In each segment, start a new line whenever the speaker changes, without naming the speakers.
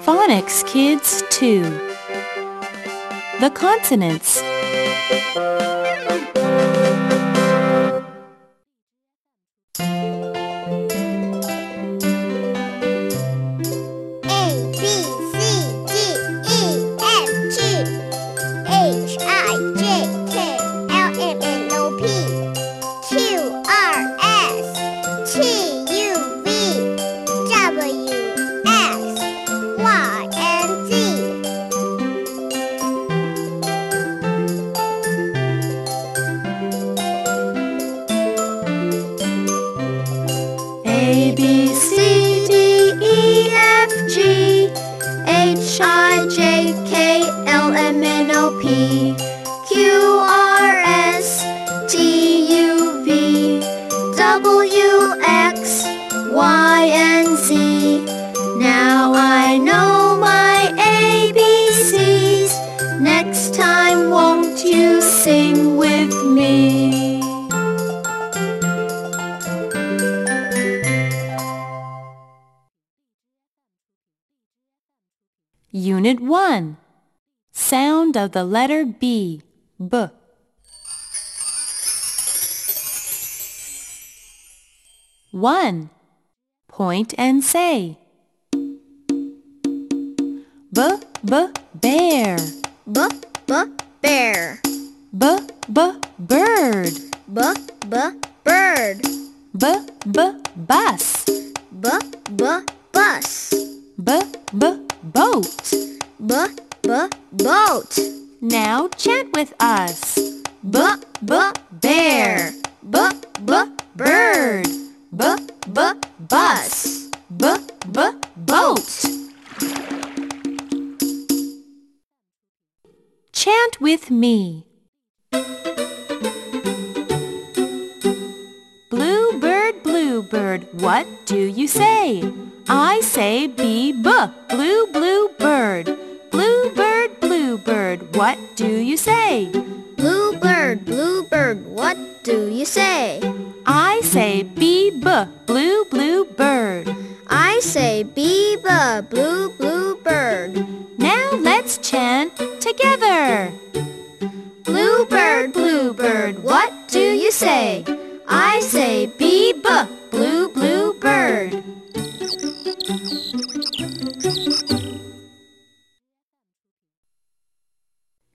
Science Kids 2 The Consonants
A B C D E F G H I J K L M N O P Q R S T U V W X Y and Z.
A B C D E F G H I J K L M N O P Q R S T U V W X Y and Z. Now I know my ABCs. Next time, won't you sing with me? Unit 1 Sound of the letter B B One Point and say B B bear
B B bear
B B bird
B B bird
B B bus
B B bus
B B boat
B B boat
Now chant with us B B bear
bear
B B bird B B bus
bus
B B boat. Chant with me. Bluebird, bluebird, what do you say? I say bee b, blue bluebird. Bluebird, bluebird, what do you say?
Bluebird, bluebird, what do you say?
I say bee b, blue bluebird.
I say Biba, blue bluebird.
Now let's chant together.
Bluebird, bluebird, what do you say? I say Biba, blue bluebird.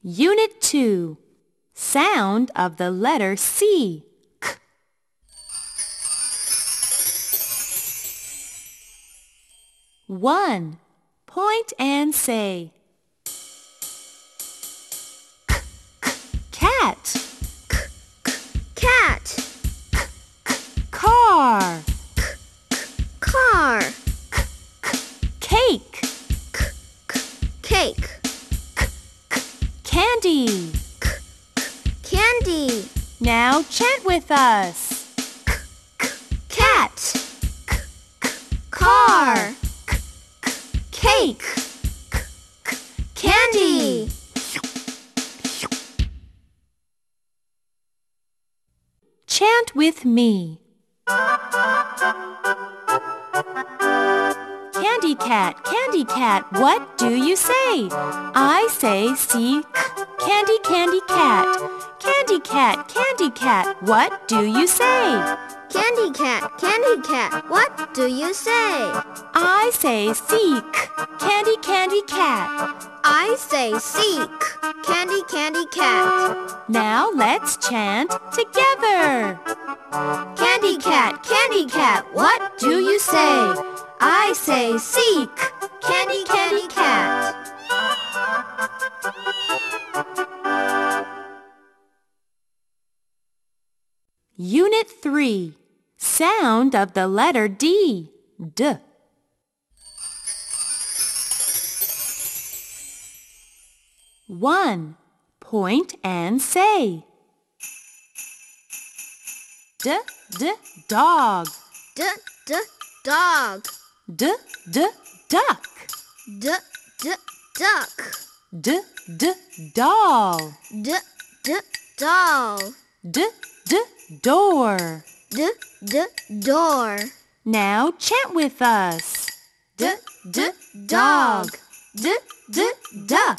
Unit 2 Sound of the letter C. K. One. Point and say. K, k, cat.
Cat,
Car.
car,
Cake.
cake,
Candy.
candy,
Now chant with us.
cat,
Car.
car,
Cake. Candy.
candy.
Chant with me. Candy cat, candy cat, what do you say? I say see candy candy cat. Candy cat, candy cat, what do you say?
Candy cat, candy cat, what do you say?
I say seek candy candy cat.
I say seek, candy candy cat.
Now let's chant together.
Candy cat, candy cat, what do you say? I say seek, candy candy cat.
Unit 3 Sound of the letter D. D. One. Point and say. D d dog.
D d dog,
D d duck.
d d duck,
D d doll.
d d doll,
D d door.
d d door,
Now chant with us.
d d dog,
d d duck,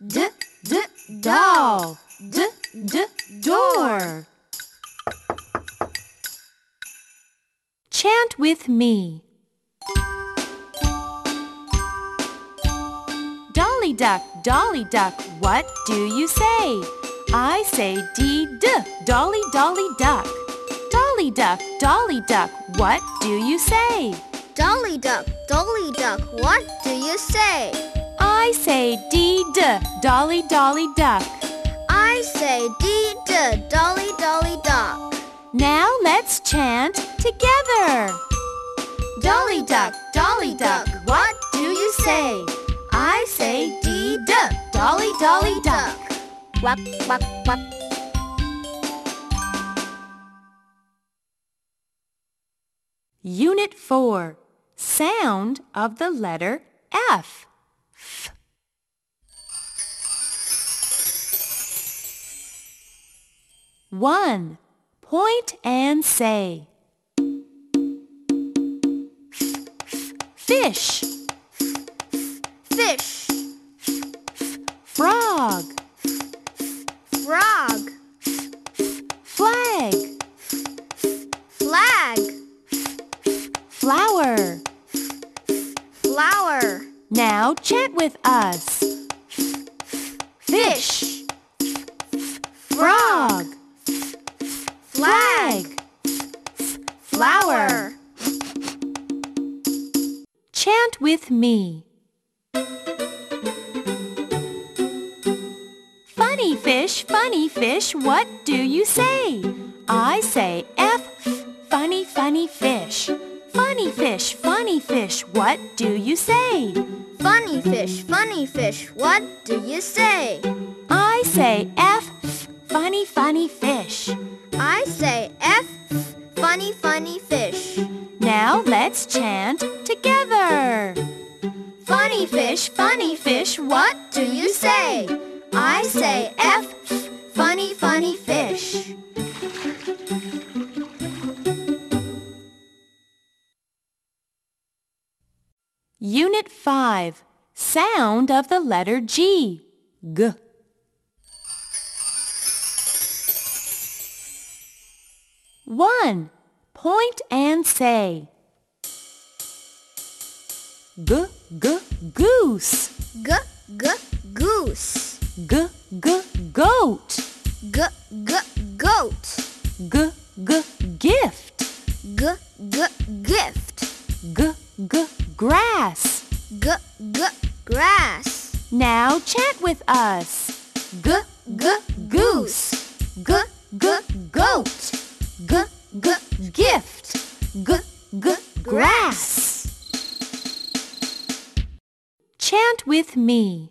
d d doll, d d door. Chant with me. Dolly duck, dolly duck, what do you say? I say d d, dolly dolly duck. Dolly duck, dolly duck, what do you say?
Dolly duck, dolly duck, what do you say?
I say d d, dolly dolly duck.
I say dee da, dolly dolly duck.
Now let's chant together. Dolly duck, dolly duck, what do you say? I say dee duck, dolly dolly duck. Wap wap wap. Unit 4 Sound of the letter F. One. Point and say. Fish.
Fish,
Frog.
frog,
Flag.
flag,
Flower.
flower,
Now chant with us. Fish. Frog. Flag. Flower. Chant with me. Funny fish, funny fish, what do you say? I say F, funny, funny fish. Funny fish, funny fish, what do you say?
Funny fish, funny fish, what do you say?
I say F, funny, funny fish.
I say F, funny, funny fish.
Now let's chant together. Funny fish, funny fish, what do you say? I say F, funny, funny fish. Unit 5 Sound of the letter G. G. One. Point and say. G g goose.
G, g, goose.
G g goat.
G, g, goat.
G g gift.
G, g, gift.
G g grass.
G, g, grass.
Now chant with us. G g goose. G g goat. G g gift. G g grass. Chant with me.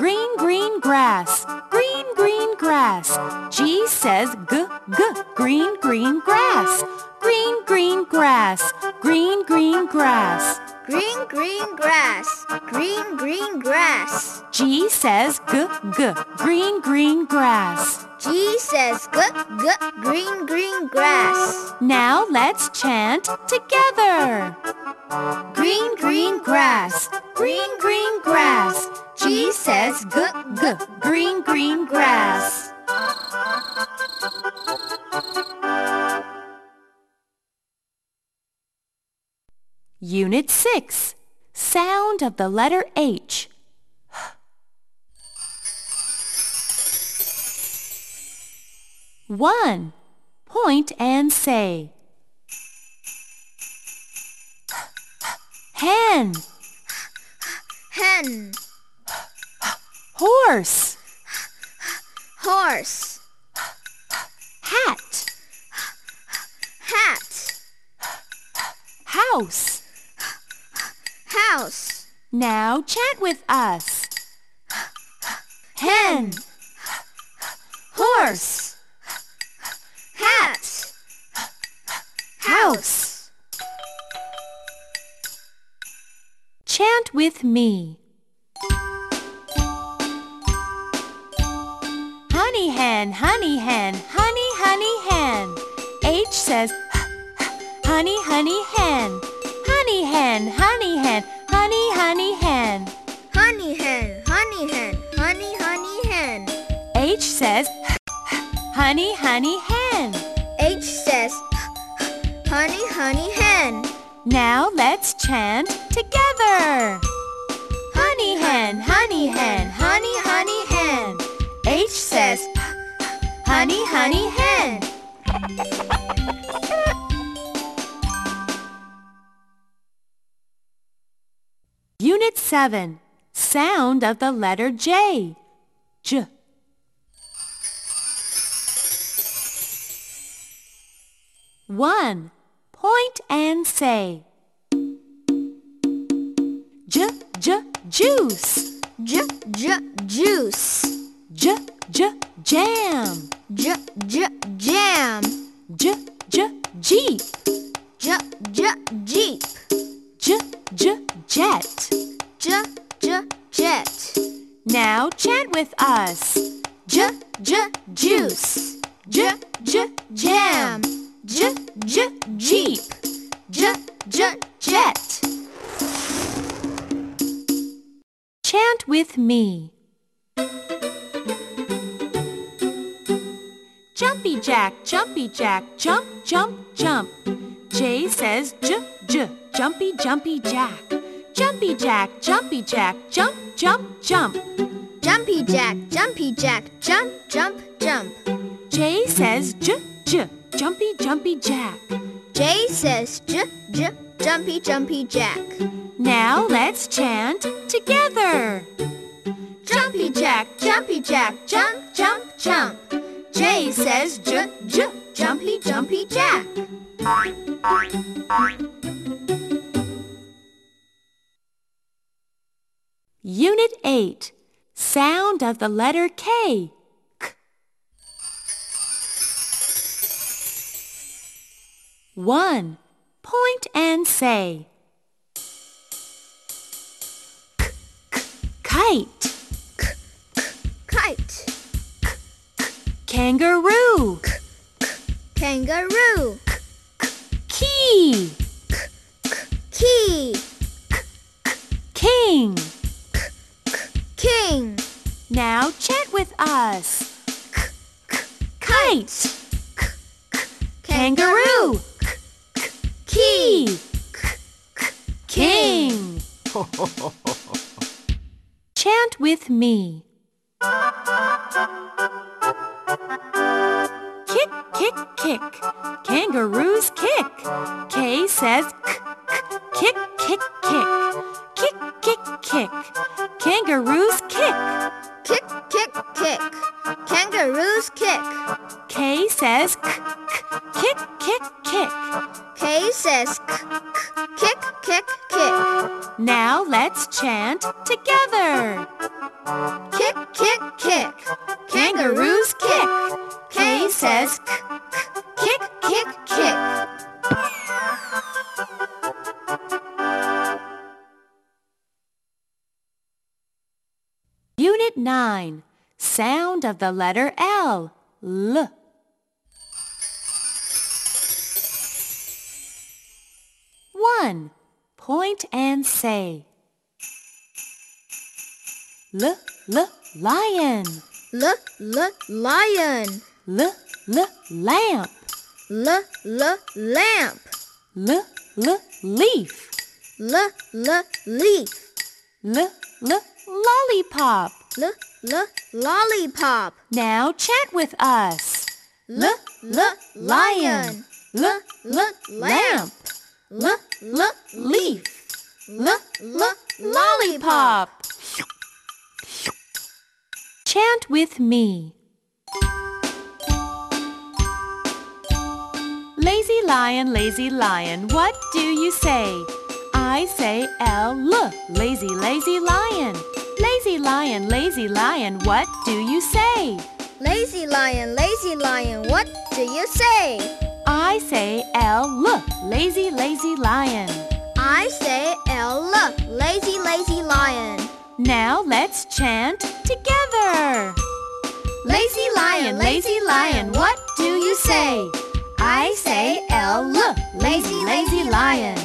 Green green grass. Green green grass. G says g g green green grass. Green green grass. Green green grass.
Green, green grass. Green, green grass.
G says g g green green grass.
G says g, g, green, green grass.
Now let's chant together. Green green grass, green green grass. G says g g green green grass. Unit 6. Sound of the letter H. One. Point and say. Hen,
Hen,
horse,
horse,
hat,
hat,
house.
house.
Now chant with us. Hen, horse,
hat,
house. Chant with me. Honey hen, honey hen, honey, honey hen. H says, honey, honey hen. Honey, hen, honey hen, honey, honey hen.
Honey hen, honey hen, honey, honey hen.
H says, honey, honey hen.
H says, honey, honey hen.
Now let's chant together. Honey hen, honey hen, honey, honey hen. H says, honey, honey hen. Unit 7. Sound of the letter J. J. One. Point and say. J, j, juice.
J, j, juice.
J, j, jam.
J, j, jam.
J, j, jeep.
J, j, jeep.
J, j, jet.
J, j, jet.
Now chant with us.
J, j, juice. J, j, jam. J, j, jeep. J, j, jet.
Chant with me. Jumpy Jack, Jumpy Jack, jump, jump, jump. J says j, j, Jumpy, Jumpy Jack. Jumpy Jack, Jumpy Jack, jump, jump, jump.
Jumpy jack, jumpy jack, jump, jump, jump.
J says j, j, Jumpy, Jumpy Jack.
J says j, j, jumpy, jumpy jack.
Now let's chant together.
Jumpy jack, jumpy jack, jump, jump, jump. J says j, j, jumpy, jumpy jack.
Unit 8. Sound of the letter K. K. One. Point and say. K, k, Kite.
Kite,
Kangaroo.
kangaroo,
Key.
key,
King.
king,
Now chant with us. K, k, Kite. Kangaroo.
key.
Key. King. Chant with me. Kick, kick, kick. Kangaroos kick. K says k, k, kick, kick, kick. Kick, kick, kick. Kangaroos kick.
Kick, kick, kick. Kangaroos kick.
K says k, k, kick, kick, kick.
K says k, k, kick, kick, kick.
Now let's chant together.
Kick, kick, kick.
Kangaroos kick.
K says k, k, kick, kick, kick.
Unit 9. Sound of the letter L. L. One. Point and say. L, l, lion.
L, l, lion.
L, l, lamp.
L, l, lamp.
L, l, leaf.
L, l, leaf.
L, l, lollipop.
L, l, lollipop.
Now chant with us.
L, l, lion.
L, l, lamp.
L, l,
Leaf.
l, l, lollipop.
Pop. Chant with me. Lazy lion, lazy lion, what do you say? I say L, look, lazy, lazy lion. Lazy lion, lazy lion, what do you say?
Lazy lion, lazy lion, what do you say?
I say L, look, lazy, lazy lion.
I say L, look, lazy, lazy lion.
Now let's chant together. Lazy lion, lazy lion, what do you say? I say L, look, lazy, lazy lion.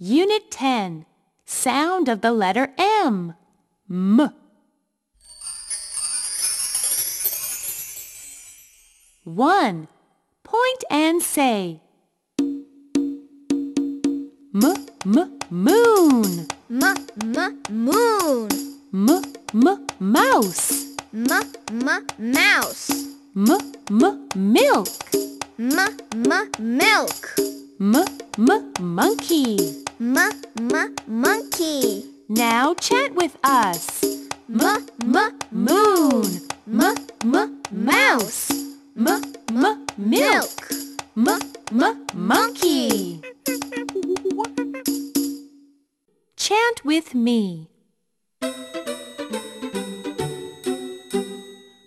Unit 10. Sound of the letter M. M. One. Point and say. M, m, moon.
M m moon.
M, m, mouse.
M m mouse.
M, m, milk.
M m milk.
M, m, monkey.
M m monkey.
Now chant with us.
M m
Moon.
m m mouse.
M, m, milk.
Milk.
M, m, monkey. Chant with me.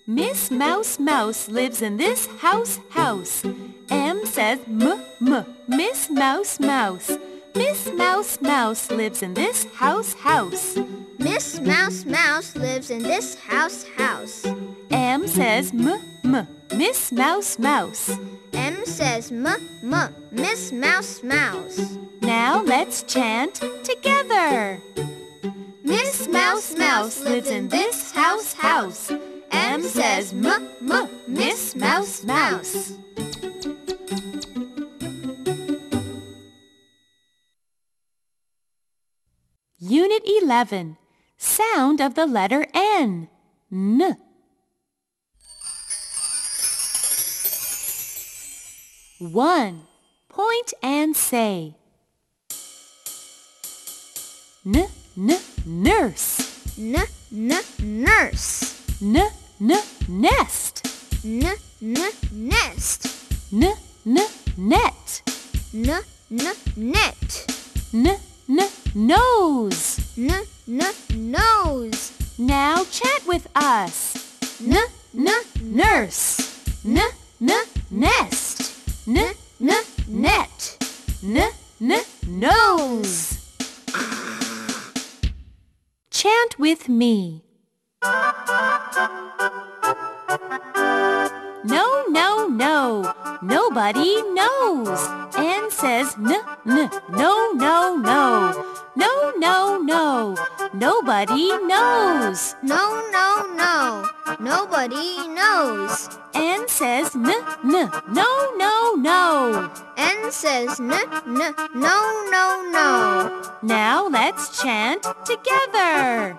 Miss Mouse Mouse lives in this house house. M says m m. Miss Mouse Mouse. Miss Mouse Mouse lives in this house house.
Miss Mouse Mouse lives in this house house.
M says m m. Miss Mouse Mouse.
M says m m. Miss Mouse Mouse.
Now let's chant together. Miss Mouse Mouse lives in this house house. M says m m. Miss Mouse Mouse. Unit 11. Sound of the letter N. N. One. Point and say. N, n, nurse.
N n nurse.
N, n, nest.
N n nest.
N, n, net.
N n net.
N, n, nose.
N n nose.
Now chat with us. N, n, nurse. N, n, nest. N, n, net. N, n, nose. Chant with me. No, no, no. Nobody knows. N says n, n, no, no, no. No, no, no. Nobody knows.
No no no. Nobody knows.
N says n, n, no, no, no.
N says n n no no no.
Now let's chant together.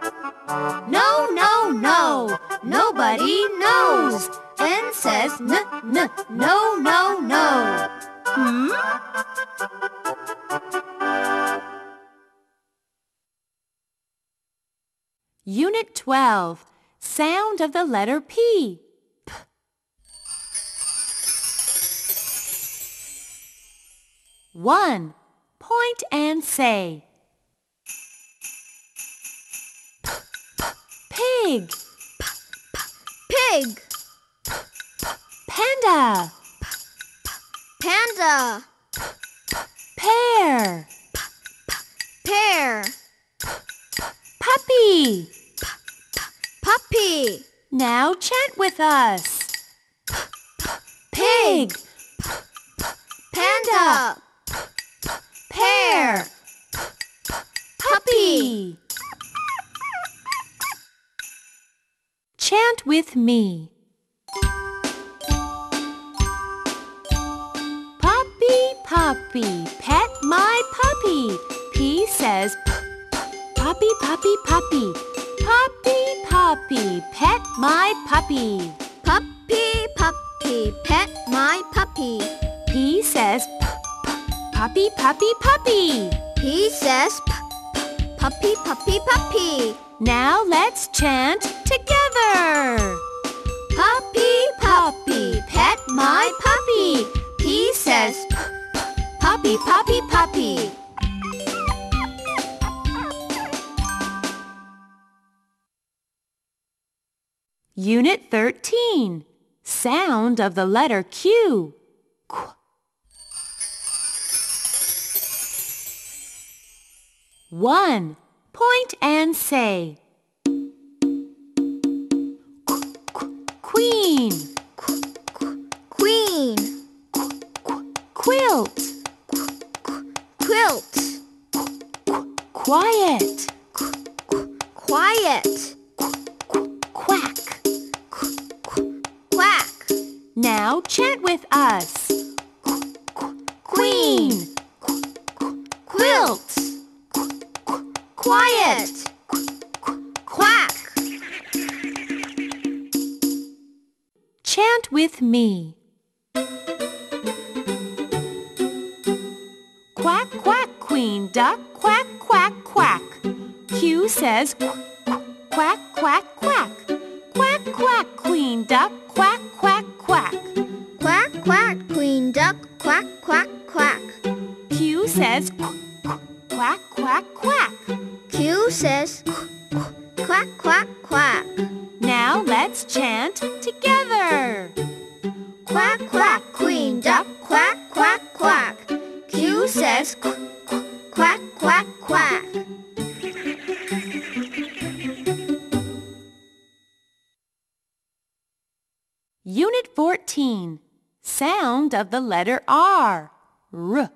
No, no, no. Nobody knows. N says n, n, no, no, no. Hmm? Unit 12. Sound of the letter P. One. Point and say. P, p, Pig.
Pig.
Panda.
Panda.
Pear.
Pear.
Puppy.
Puppy.
Now chant with us. P, p, Pig.
Panda.
Pear. Puppy. Chant with me. Puppy, puppy, pet my puppy. P says p, p, puppy, puppy, puppy. Puppy, puppy, pet my puppy.
Puppy, puppy, pet my puppy.
P says p, p, puppy, puppy, puppy.
He says p- p- puppy, puppy, puppy.
Now let's chant together. Puppy, puppy, pet my puppy. P says p, p, puppy, puppy, puppy. Unit 13. Sound of the letter Q. Qu. One. Point and say. Qu- qu- Queen.
Queen,
Qu- qu- Quilt.
quilt,
Qu- Quiet.
Quiet. Quack. Quack.
Now chant with us. Queen. Quilt.
Quiet. Quack.
Chant with me. Quack, quack, queen duck, quack, quack, quack. Q says quack, quack, quack, quack. Quack, quack, queen duck, quack, quack, quack.
Quack, quack, queen duck, quack, quack, quack.
Q says quack, quack, quack, quack.
Q says quack, quack, quack.
Now let's chant together.
Quack, quack, queen duck, quack, quack, quack. Q says quack, quack, quack.
Unit 14. Sound of the letter R. R.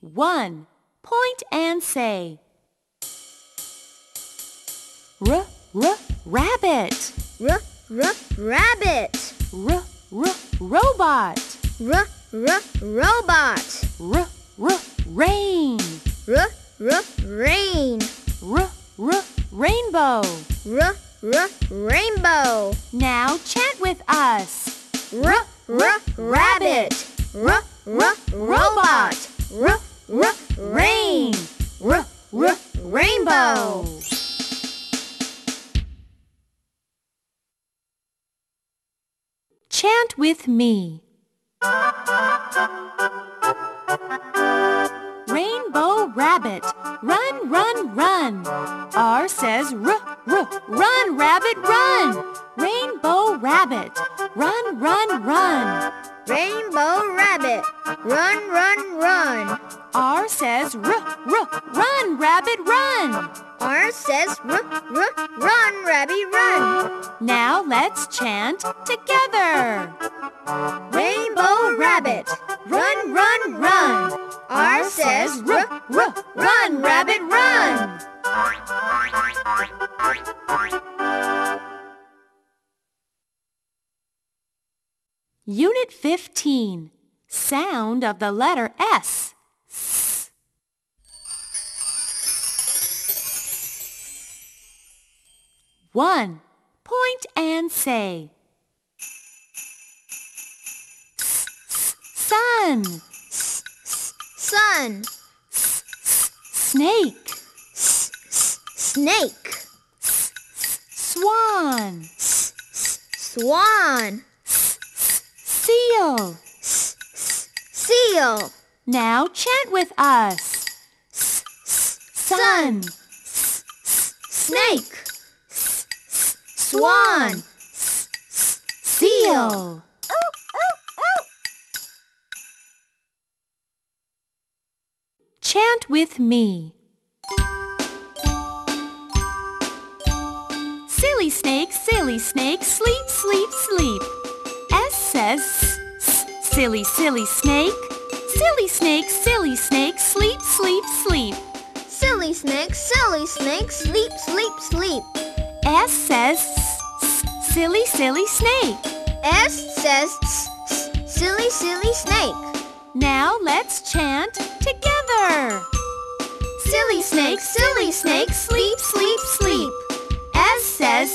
One. Point and say. R, r, rabbit.
R, r, rabbit.
R, r, robot.
R, r, robot.
R, r, rain.
R, r, rain.
R, r, rainbow.
R, r, rainbow.
Now chant with us.
R, r, rabbit. R, r, robot. R, r, rain.
R, r,
rainbow.
Chant with me. Rainbow rabbit, run, run, run. R says r, r, run, rabbit, run. Rainbow rabbit, run, run, run.
Rainbow rabbit. Run, run, run.
R says r, r, run, rabbit, run.
R says r, r, run, rabbit, run.
Now let's chant together.
Rainbow rabbit. Run, run, run. R says r, r, run, rabbit, run.
Unit 15. Sound of the letter S. S. One. Point and say. S, s, Sun. S, s,
Sun.
s, s, Snake.
S, s, snake.
S, s, Swan.
S, s, swan.
S, s, Seal.
S, s, seal.
Now chant with us. S, s, Sun. S, s,
Snake.
S, s, Swan. S, s, Seal. Chant with me. Silly snake, silly snake, sleep, sleep, sleep. S says s, s, silly, silly snake. Silly snake, silly snake, sleep, sleep, sleep.
Silly snake, silly snake, sleep, sleep, sleep.
S says s, s, silly, silly snake.
S says s, s, silly, silly snake.
Now let's chant together.
Silly snake, silly snake, sleep, sleep, sleep. S says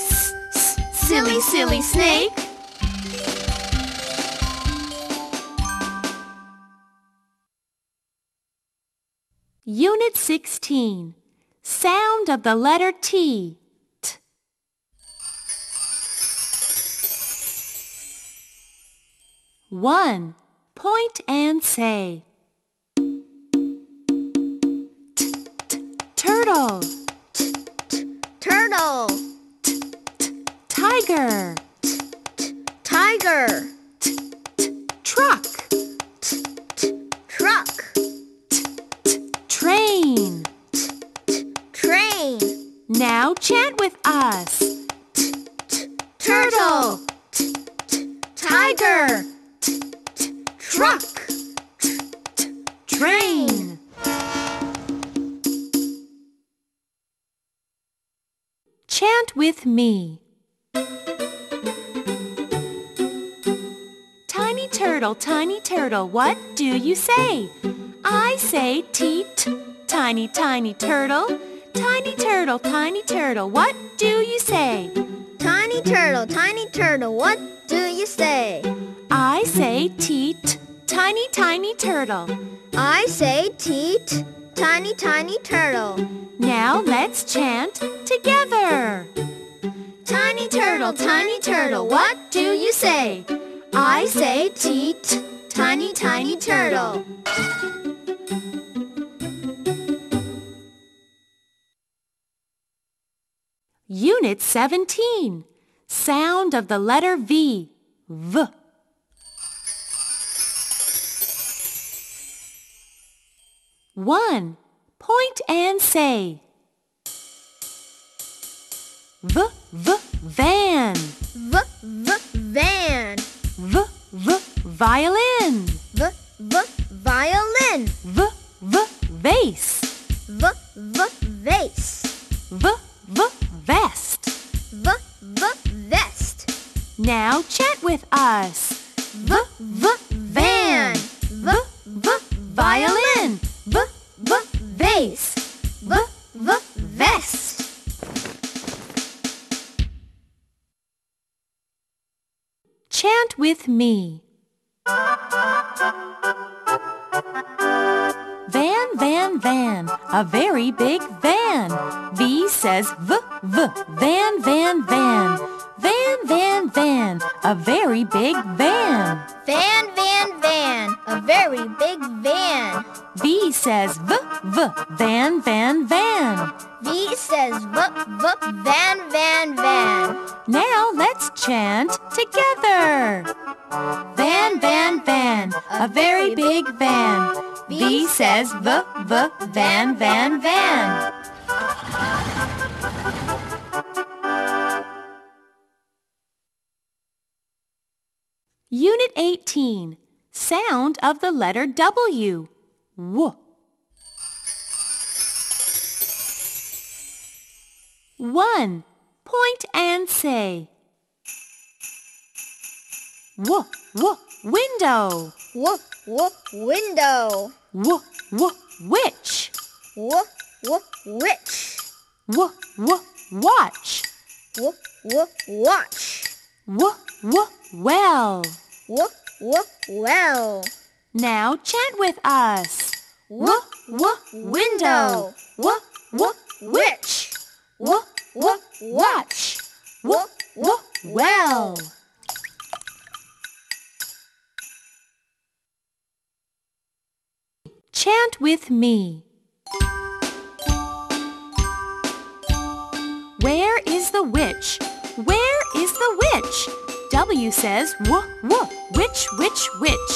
s, s, silly, silly snake.
Unit 16. Sound of the letter T. T. One. Point and say. T, t, turtle.
Turtle.
Tiger.
Tiger.
Truck.
Truck.
Train.
Train.
Now chant with us.
Turtle. Tiger. Truck.
with me. Tiny turtle, tiny turtle, what do you say? I say teet. Tiny, tiny turtle. Tiny turtle, tiny turtle, what do you say?
Tiny turtle, tiny turtle, what do you say?
I say teet. Tiny, tiny turtle.
I say teat, tiny tiny turtle.
Now let's chant together.
Tiny turtle, tiny turtle, what do you say? I say teat, tiny tiny turtle.
Unit 17. Sound of the letter V. V. One. Point and say. V, v, van.
V v van,
V, v, violin.
v v violin,
V, v, vase.
v v vase,
V, v, vest.
v v vest,
Now chant with us. V, v, van. V, v, violin. V, v, vase.
v v vest.
Chant with me. Van, van, van, a very big van. V says v, v, van, van, van. Van, van, van, a very big van.
Van van van, a very big van.
V says v, v, van, van, van.
V says v v van van van.
Now let's chant together. Van, van, van, a very big van. V says v, v, van, van, van. Unit 18. Sound of the letter W. W. One. Point and say. W, w, window.
Woof woof window.
W, w, witch.
Woof woof witch.
W, w, watch.
Woof woof watch.
W, w, well.
Woof woof well.
Now chant with us. W, w, window. W, w, witch. W, w, watch. W, w, well. Chant with me. Where is the witch? Where is the witch? W says woof woof witch witch witch.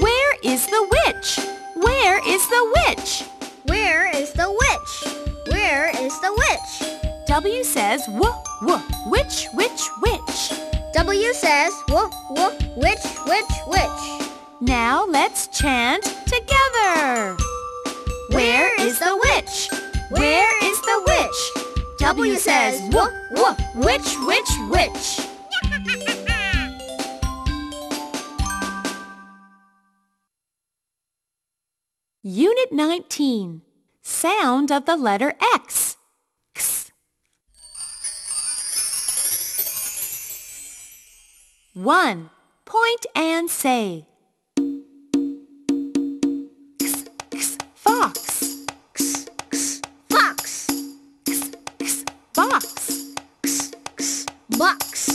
Where is the witch? Where is the witch?
Where is the witch? Where is the witch?
W says woof woof witch witch witch.
W says woof woof witch witch witch.
Now let's chant together. Where is the witch? Where is the witch? W says woof woof witch witch witch. Unit 19. Sound of the letter X. X. One. Point and say. X, x, fox.
X x fox.
X, x, box.
X x box.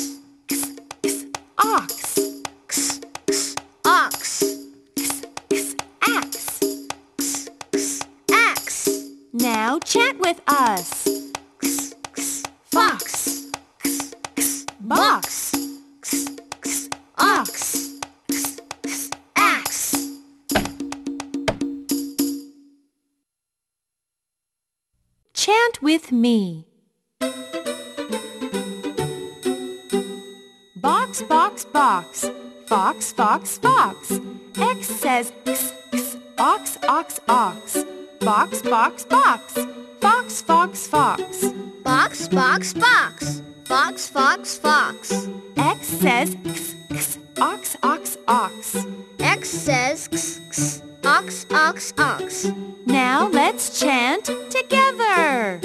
X, x, ox.
X x ox.
X, x, axe.
X x axe.
Now chant with us.
X x fox. X x box. X x ox. X x axe.
Chant with me. Box, box, box. Fox, fox, fox. X says x, x. Ox, ox, ox. Box, box, box. Fox, fox, fox, fox.
Box, box, box. Fox, fox, fox.
X says x, x, ox, ox, ox.
X says x, x. Ox, ox, ox.
Now let's chant together.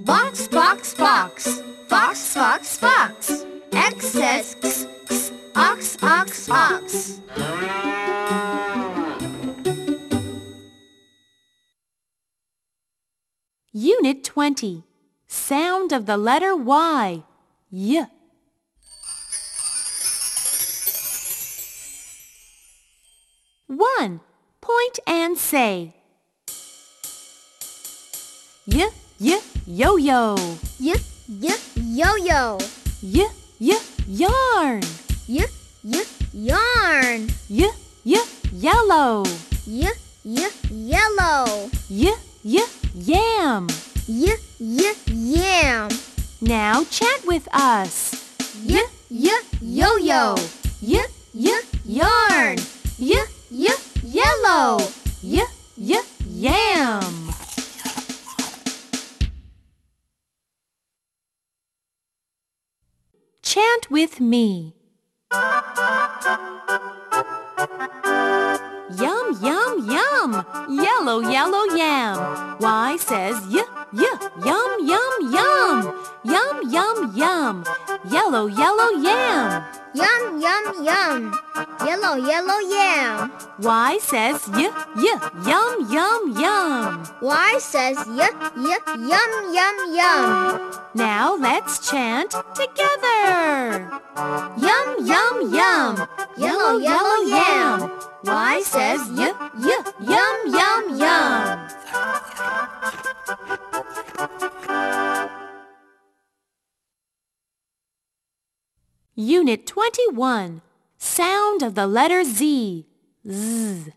Box, box, box. Fox, fox, fox. X says x, x. Ox, ox, ox.
Unit 20. Sound of the letter Y. Y. One. Point and say. Y, y, yo-yo.
Yip, yip, yo-yo.
Y, y, yarn.
Yip, yip, yarn.
Y, y, yellow.
Yip, yip, yellow.
Y, y, yam.
Yip, yip, yam.
Now chant with us.
Yip, yip, yo-yo.
Y, y, yarn. Y, y, yellow. Y, y, yam. Chant with me. Yum, yum, yum. Yellow, yellow yam. Y says y, y, yum, yum, yum. Yum, yum, yum. Yellow, yellow yam.
Yum, yum, yum. Yellow, yellow yam.
Y says y, y, yum, yum, yum.
Y says yip, yip, yum, yum, yum.
Now let's chant together. Yum, yum, yum. Yellow, yellow yam. Y says y, y, yum, yum, yum. Unit 21. Sound of the letter Z. Z.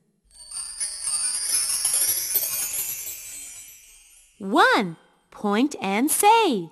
One. Point and say.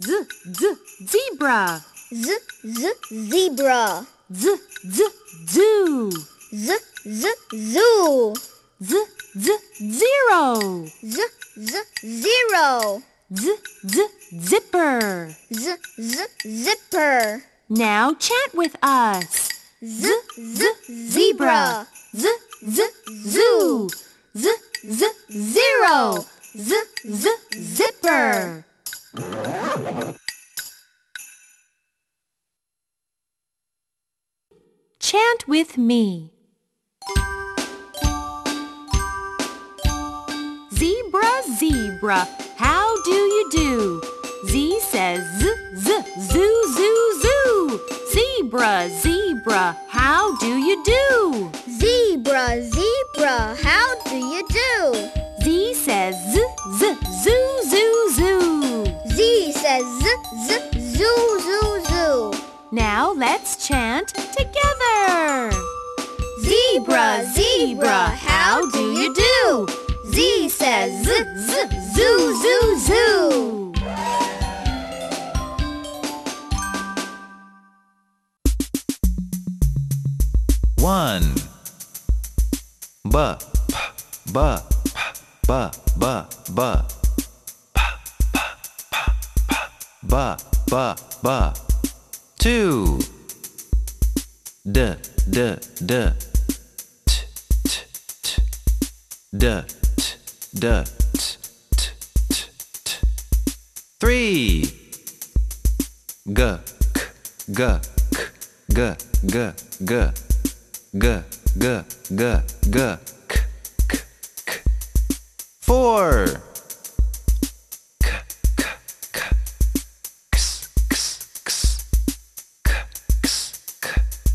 Z, z, zebra.
Z, z, zebra.
Z, z, zoo.
Z, z, zoo.
Z, z, zero.
Z, z, zero.
Z, z, zipper.
Z, z, zipper.
Now chant with us.
Z, z, zebra.
Z, z, zoo. Z, z, zero. Oh, Z, z, zipper. Chant with me. Zebra, zebra, how do you do? Z says z, z, zoo, zoo, zoo. Zebra, zebra, how do you do?
Zebra, zebra, how do you do?
Z says z, z, zoo, zoo, zoo.
Z says z, z, zoo, zoo, zoo.
Now let's chant together.
Zebra, zebra, how do you do? Z says z, z, zoo, zoo, zoo.
One. Ba, pa, ba, pa, ba, ba, ba. Pa, pa, pa, pa. Ba, ba, ba. Two. D, d, d. T, t, t. D, t, d, t, t, t, t. Three. G, k, g, k, g, g, g g g g g k k k four k k k x x x k x k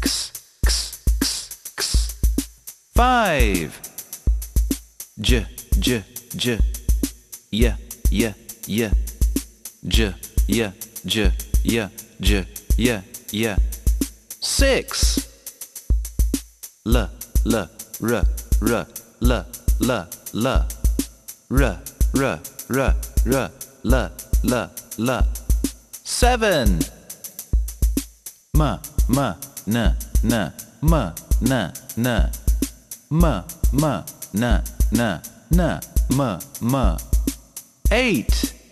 x x x x five j j j yeah yeah yeah j yeah j yeah j yeah yeah six L L R R L L L R R R R L L L Seven M M N N M N N M M N N N m m eight